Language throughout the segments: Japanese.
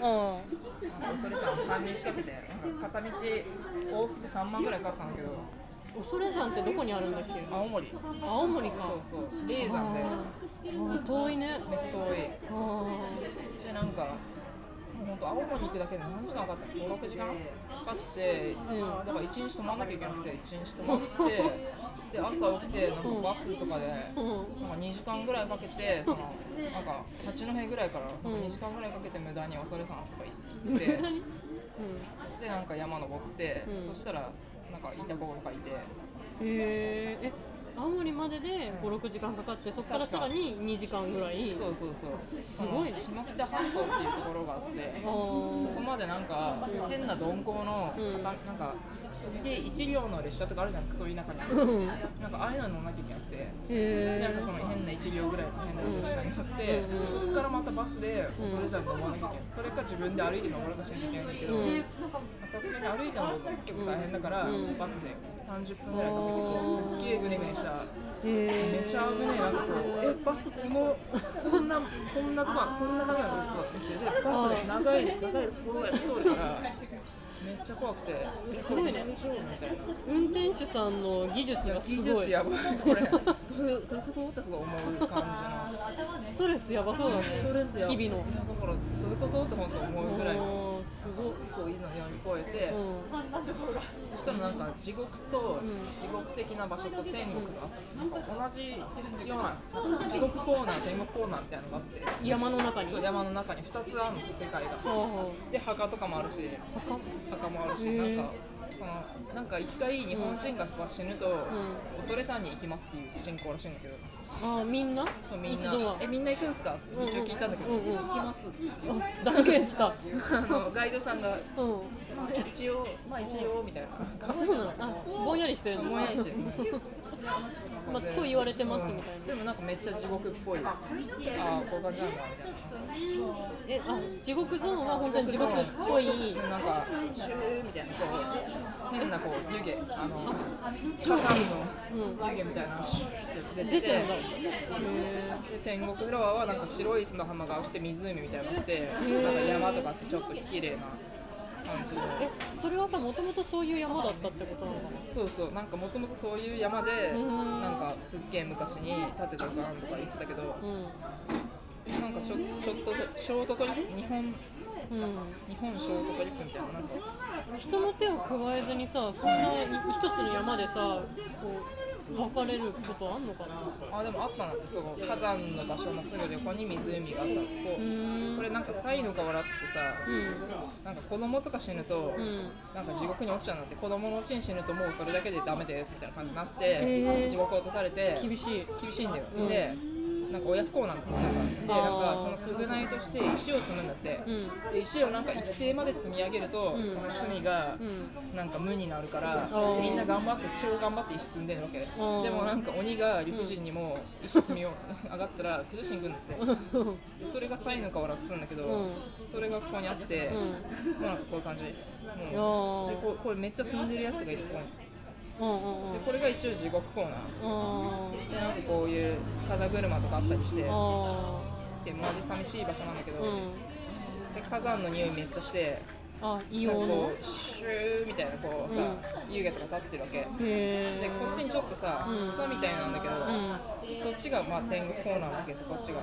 うそれさ半日かけてなんか片道往復3万ぐらいかかったんだけどん恐山ってどこにあるんだっけ青森そう青森かそう霊山であ遠いねめっちゃ遠あーいでなんかもうほんと青森行くだけで何時間かかった56時間かかって、だから1日泊まんなきゃいけなくて1日泊まってで朝起きてなんかバスとかで、うんなんか2時間ぐらいかけてそのなんか八戸ぐらいからなんか2時間ぐらいかけて無駄に恐山とか行って無駄にでなんか山登って、うんそしたらなんかイタコがいてへーえ青森までで56時間かかってそこからさらに2時間ぐらいそうそうそうすごいね下北半島っていうところがあってあーそこまでなんか変な鈍行の、うんかたなんかすげえ1両の列車とかあるじゃんクソ田舎にあるうんへなんかああいうの乗んなきゃいけなくてでなんかえその変な1両ぐらいの変な列車に乗って、うんそこからまたバスでそれぞれ登らなきゃいけない、それか自分で歩いて登るかしなきゃいけないんだけどうんさすがに歩いて登るの結構大変だから、うんバスで30分ぐらいかけてこうすっげえグネグネした。へめえちゃ危ねえなんかこうえバスこのこんなこんなとここんな感じなんですよ道でバスで長い長いスポーやって通るからめっちゃ怖くてえすごいねこれ大丈夫みたいな運転手さんの技術が技すごい術やばいこれどういうどういうことってすごい思う感じのストレスやばそうだねストレスや日々のいやだからどういうことって本当思うぐらいこあーすごいういうのに乗り越えて、うんそしたらなんか地獄と地獄的な場所と天国がなんか同じような地獄コーナー天国コーナーみたいなのがあって。山の中にそう山の中に2つあるんですよ世界がはあはで墓とかもあるしあ墓墓もあるしへなんーかそのなんか一回日本人が死ぬと、恐山に行きますっていう信仰らしいんだけどあーみんなそうみん一度はな「えみんな行くんすか?」って一応聞いたんだけど「うんうん行きます」って言ってあ断 言したあのガイドさんがうん「一応まあ一応」みたいなあそうなのあぼんやりしてるのもやいしてるまあ、と言われてますみたいなでもなんかめっちゃ地獄っぽいああこういう感じなんだみたいなえあ地獄ゾーンは本当に地獄っぽいなんかシューみたいなこう変なこう湯気あの超火山の湯気みたいなのがシューって出出てててんだへで天国フロアはなんか白い砂浜があって湖みたいなのがあってなんか山とかあってちょっと綺麗な感じのえそれはさもともとそういう山だったってことなのかなそうそうなんかもともとそういう山でんなんかすっげえ昔に建てたかなんとか言ってたけどなんかちょちょっとショートトリップ日本日うんうん本ショートトリップみたいななんか人の手を加えずにさそんなに一つの山でさこう分かれることあんのかなあでもあったなってその火山の場所のすぐ横に湖があったこううーんこれなんかサイの河原っつってさうんなんか子供とか死ぬと、うんなんか地獄に落ちちゃうんだって子供のうちに死ぬともうそれだけでダメですみたいな感じになって、ー地獄落とされて厳しい厳しいんだよ、でなんか親不孝なんだってなんかでなんかその償いとして石を積むんだって、んで石をなんか一定まで積み上げると、その罪がうなんか無になるから、ーみんな頑張って超頑張って石積んでるわけでーもなんか鬼が理不尽にも石積みを上がったら崩しに行くんだってでそれがサイの河原っつうんだけど、うそれがここにあって、もうなんかこういう感じもういでやーこうこれめっちゃ積んでるやつがいるここにうんうんうんでこれが一応地獄コーナあーでなんかこういう風車とかあったりしてーあでマジ寂しい場所なんだけど、ーうんで火山の匂いめっちゃしてあなん硫黄かのこうシューみたいなこうさ、湯気とか立ってるわけでへえこっちにちょっとさ、草みたいなんだけど、そっちがまあ天国コーナーなわけですよこっちが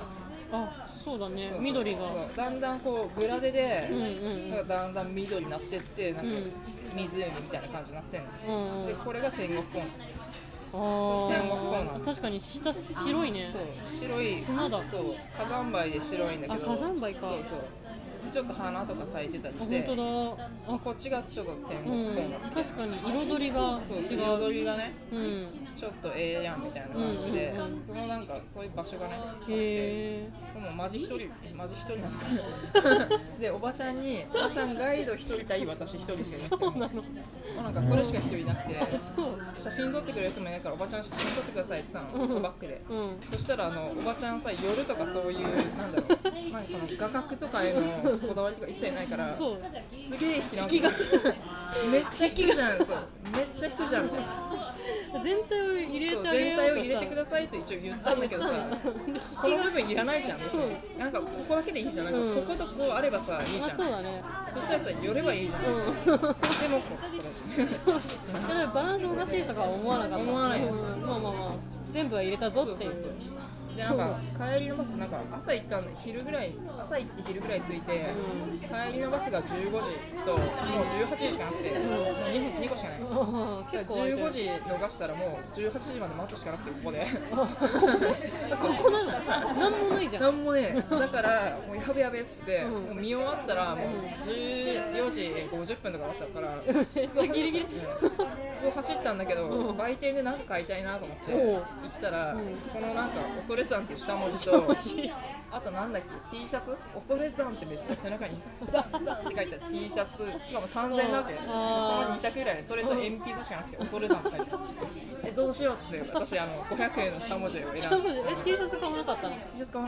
あそうだねそうそう緑がそうだんだんこうグラデで、うんうんなんかだんだん緑になってってなんかん湖みたいな感じになってんの、うんうんでこれが天国コーナーあ天国コーナーー確かに下白いねそう白い砂だそう火山灰で白いんだけどあ火山灰かそうそうでちょっと花とか咲いてたりあして本当だあこっちがちょっと天国うコーんナー確かに彩りがそう違う彩りがねうんへちょっとええやんみたいな感じで、そのなんかそういう場所がねあってえでもマジ一人マジ一人なんですよ でおばちゃんにおばちゃんガイド一人対私一人しかいなくて そうなのもうなんかそれしか一人いなくてそう写真撮ってくれる人もいないからおばちゃん写真撮ってくださいって言ってたのバックで、うんそしたらあのおばちゃんさ夜とかそういうなんだろ うなんかその画角とかへのこだわりとか一切ないからそうすげえ引き直引きがめっちゃ引きじゃんそうめっちゃ苦じゃんみたいな全体を入れそうてあげ全体よをうと入されてくださいと一応言ったんだけどさこの部分いらないじゃん別になんかここだけでいいじゃんなんかこことこうあればさいいじあゃんそうだねそしたらさ寄ればいいじゃんで もこだからバランスおかしいとかは思わなかった思わないうんですまあまあまあ全部は入れたぞっていうそうそうでなんか帰りのバスなんか朝行ったんで昼ぐらい朝行って昼ぐらい着いて、帰りのバスが15時ともう18時しかなくて、もう 2, 個しかないだかああら結構空いてる15時逃したらもう18時まで待つしかなくてここでここなの何もないじゃんなんもねだからもうやべやべっつって、もう見終わったらもう14時50分とかだったからめっちゃギリギリ クソ走ったんだけど、売店で何か買いたいなと思ってお行うったら、このなんか「恐れ山」っていう下文字とあとなんだっけ T シャツ「恐れ山」ってめっちゃ背中にダンダンって書いてある T シャツしかも3000円なわけその2択ぐらいそれと鉛筆しかなくて「恐れ山」って書いてあるえどうしようっつって私あの500円の下文字をち選ょんでっと待ってえ T シャツ買わなかったの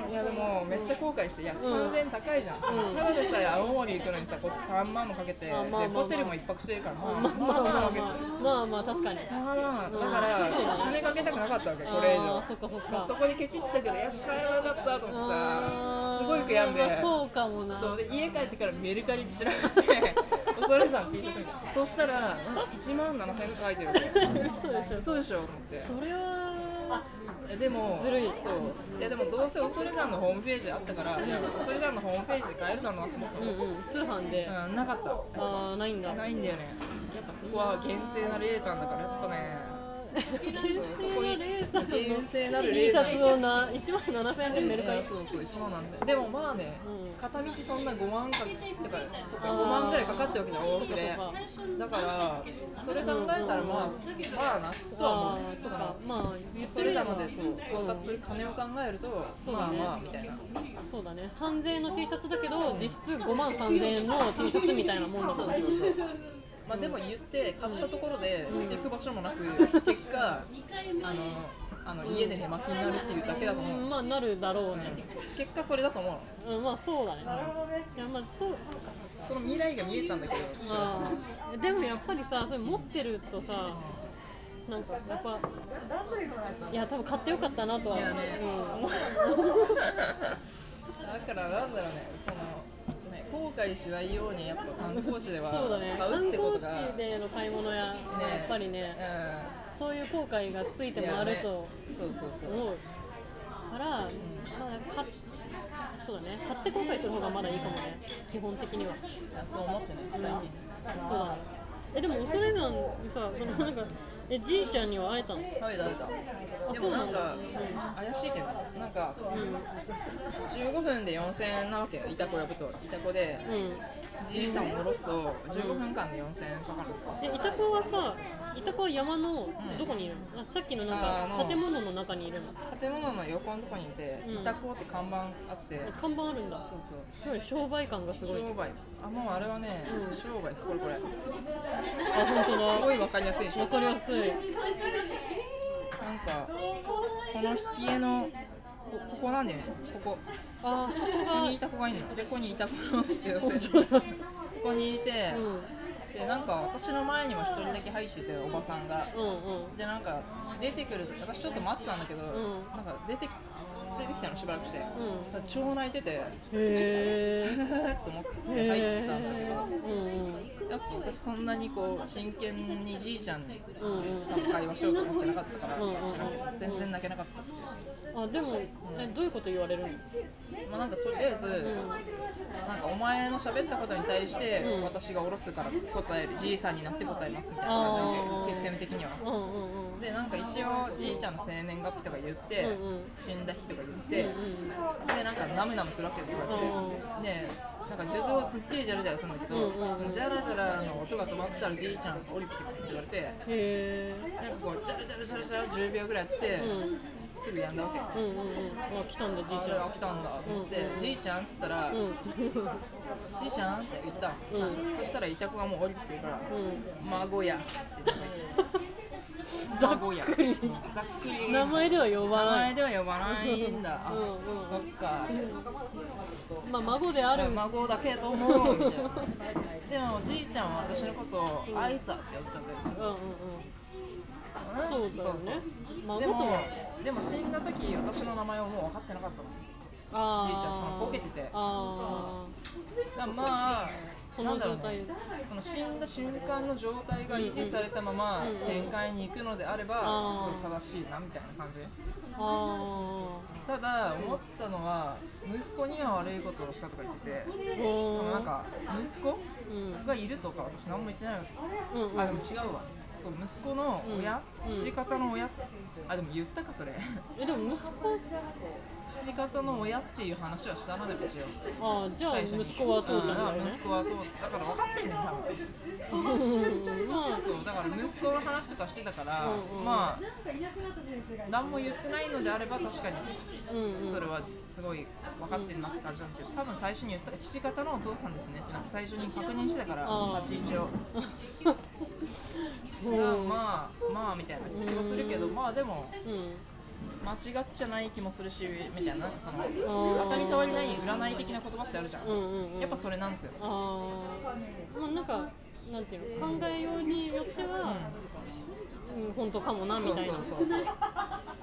いやでもめっちゃ後悔していや3000円高いじゃん、ただでさえ青森行くのにさこっち3万もかけて、あまあでまあホテルも一泊してるからまあままああまあまあなまあわけですよまあまあ確かにまあまあだからちょっと金かけたくなかったわけこれ以あ上ーそっかそっまあかそこでケチったけどいや買えばよかったと思ってさあすーごい悔やんで、まあそうかもなそうで家帰ってからメルカリで調べて 恐れさん T シャツ見たそしたらなんか1万7000円って書いてるわけ嘘でしょ嘘でしょと思ってそれはえでもずるいそういやでもどうせ恐山のホームページあったから、いや恐山のホームページで買えるだろうなと思ったの、うんうん通販でうんなかっああないんだたないんだよねやっぱそこは厳正なレイさんだからやっぱね限定なレーサーの厳正なる T レイシさャんツをな1万7000円でメルカうリんそうそう1万なんででもまあね、片道そんな5万かとかそっかあー5万ぐらいかかってるわけじゃん往復でそっかだからそれ考えたらまあ、まあなとはあ思うあそっかまあ言っそてれみれらばまでそう到達する金を考えると、そうまだあねまあみたいなそうだね3000円の T シャツだけど実質5万3000円の T シャツみたいなもんだもんねまあでも言って買ったところで行く場所もなく結果あのあの家で寝巻きになるっていうだけだと思ううんまあなるだろうね結果それだと思うのうんまあそうだねいやまあそうその未来が見えたんだけどあーでもやっぱりさそれ持ってるとさなんかやっぱいや多分買ってよかったなとはいやねうん思うだからなんだろうねそのね後悔しないようにやっぱ観光地ではそうだね買う観ってこと光が地での買い物や、やっぱりねそういう後悔がついてうんいや回ねるとそうそうそう思うから、まあ、買っそうだね買って後悔する方がまだいいかもね基本的にはそう思ってね最近そうだねえでも恐山にさそのなんかえじいちゃんには会えたの食べた食べたあでそもうななんんかだ怪しいけどなんか15分で4000円なわけよいたこ呼ぶといたこでうんじいさんを下ろすと15分間で4000円かかるんですよでイタコはさイタコは山のどこにいるの、あさっきのなんあーあかの建物の中にいるの建物の横のとこにいていたこって看板あって看板あるんだそうそすごい商売感がすごうい商売あもうあれはね商売ですこれこれすあ本当ごいわかりやすいでしだょわかりやすいなんかこの引き絵のこここなんだよねここあーこ こにいたこがいるのでここにいたこの修正本当だここにいて、うんでなんか私の前にも一人だけ入ってておばさんがうんうんでなんか出てくると私ちょっと待ってたんだけど、なんか出てき出てきたのしばらくして、う超泣いててへふえーっと思って入ったんだけど、やっぱ私そんなにこう真剣にじいちゃんと会話しようと思ってなかったから、知らんけど全然泣けなかったってあでもえどういうこと言われるのまあなんかとりあえず、なんかお前の喋ったことに対して、私が下ろすから答えるじいさんになって答えますみたいな感じなんでシステム的には。うんうんうんでなんか一応じいちゃんの生年月日とか言って、死んだ日とか言って、でなんかナムナムするわけですよ、こうやってでなんか数珠をすっげえジャラジャラするんだけど、もうジャラジャラの音が止まったらじいちゃん降りてきますって言われてへえなんかこうジャラジャラジャラジャラ10秒ぐらいやって、すぐやんだわけ、うんうんうんあ来たんだじいあちれゃんが来たんだと思って、じいちゃんっつったら、じいちゃんって言ったの、そしたらいた子がもう降りてくるから、孫やって言ったの 孫やざっくりざっくり名前では呼名ばない前では呼ばないんだあ、うんうんそっかまあ孫である孫だけどもみたいなでもじいちゃんは私のことをアイサって呼んでたんですうんうんうんそうだよね孫でともはでも死んだ時私の名前をもう分かってなかったもんあーじいちゃんそのボケててだかあらまあーそなんのだろ状う態ねその死んだ瞬間の状態が維持されたまま展開に行くのであればあーそれ正しいなみたいな感じあただ思ったのは息子には悪いことをしたとか言っててーそおのなんーか息子うんがいるとか私何も言ってないわけうんうんあでも違うわそう息子の親、父方の親あでも言ったかそれ えでも息子父方の親っていう話はしたまでも違うああじゃあ息子は父ちゃんだようね息子は父だから分かってんねん多分うんまあそうだから息子の話とかしてたから、まあ何も言ってないのであれば確かにうんうんそれはすごい分かってるなって感じなんですけど多分最初に言った父方のお父さんですねってなんか最初に確認してたからあー立ち位置をうんいやまあまあみたいな気はするけどまあでもう間違っちゃない気もするしみたいななんかそのん当たり障りない占い的な言葉ってあるじゃん、うんうんうんやっぱそれなんですよあーまあなんかなんていうの考えようによっては、うん、本当かもなみそうたいなそうそうそう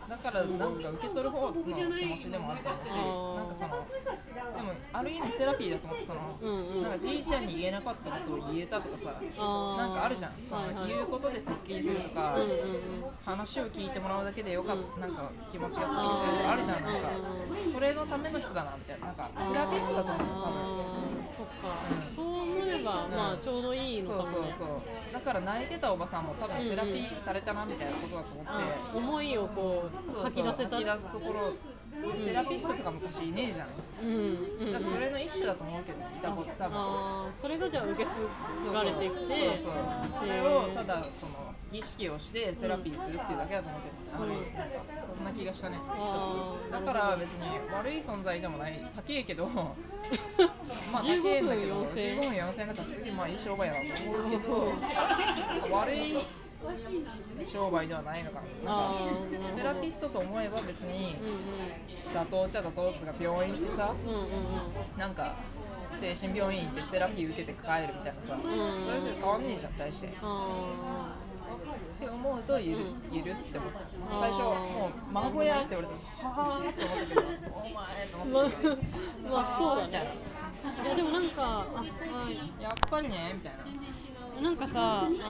だからなんか受け取る方の気持ちでもあったしーなんかそのでもある意味セラピーだと思ってその、んうんなんかじいちゃんに言えなかったことを言えたとかさあーなんかあるじゃんその、はいはい言うことでスッキリするとか、うんうんうん話を聞いてもらうだけでよかった、なんか気持ちがすっきりするとかあるじゃんなんかそれのための人だなみたいななんかセラピストだと思ってた多分あーそっか、そう思えば、まあちょうどいいのかそもうそうねそうだから泣いてたおばさんも多分セラピーされたなみたいなことだと思って、あ思いをこそううそう吐き出せた吐き出すところ、セラピストとか昔いねえじゃんだかうんうんらそれの一種だと思うけどいたこと多分あーそれがじゃあ受け継そうがそうれてきてそうそうそれをただその儀式をしてセラピーするっていうだけだと思うけど、あのなんかそんな気がしたねあだから別に悪い存在でもない高えけどまあ高えんだけど15分4000 15分4000円だからすげえまあいい商売やなと思うけど悪い商売ではないのかななんかあーなるほどセラピストと思えば別にうんうん妥当っちゃ妥当っつうか病院ってさうんうんなんか精神病院行ってセラピー受けて帰るみたいなさ、それと変わんねえじゃん大して。あって思うとゆる許すって思ったなんか最初もう孫やって言われてはあって思ったけどお前と思ーっまあまあそうだてみたいねいやでもなんかあはいなやっぱりねみたいななんかさ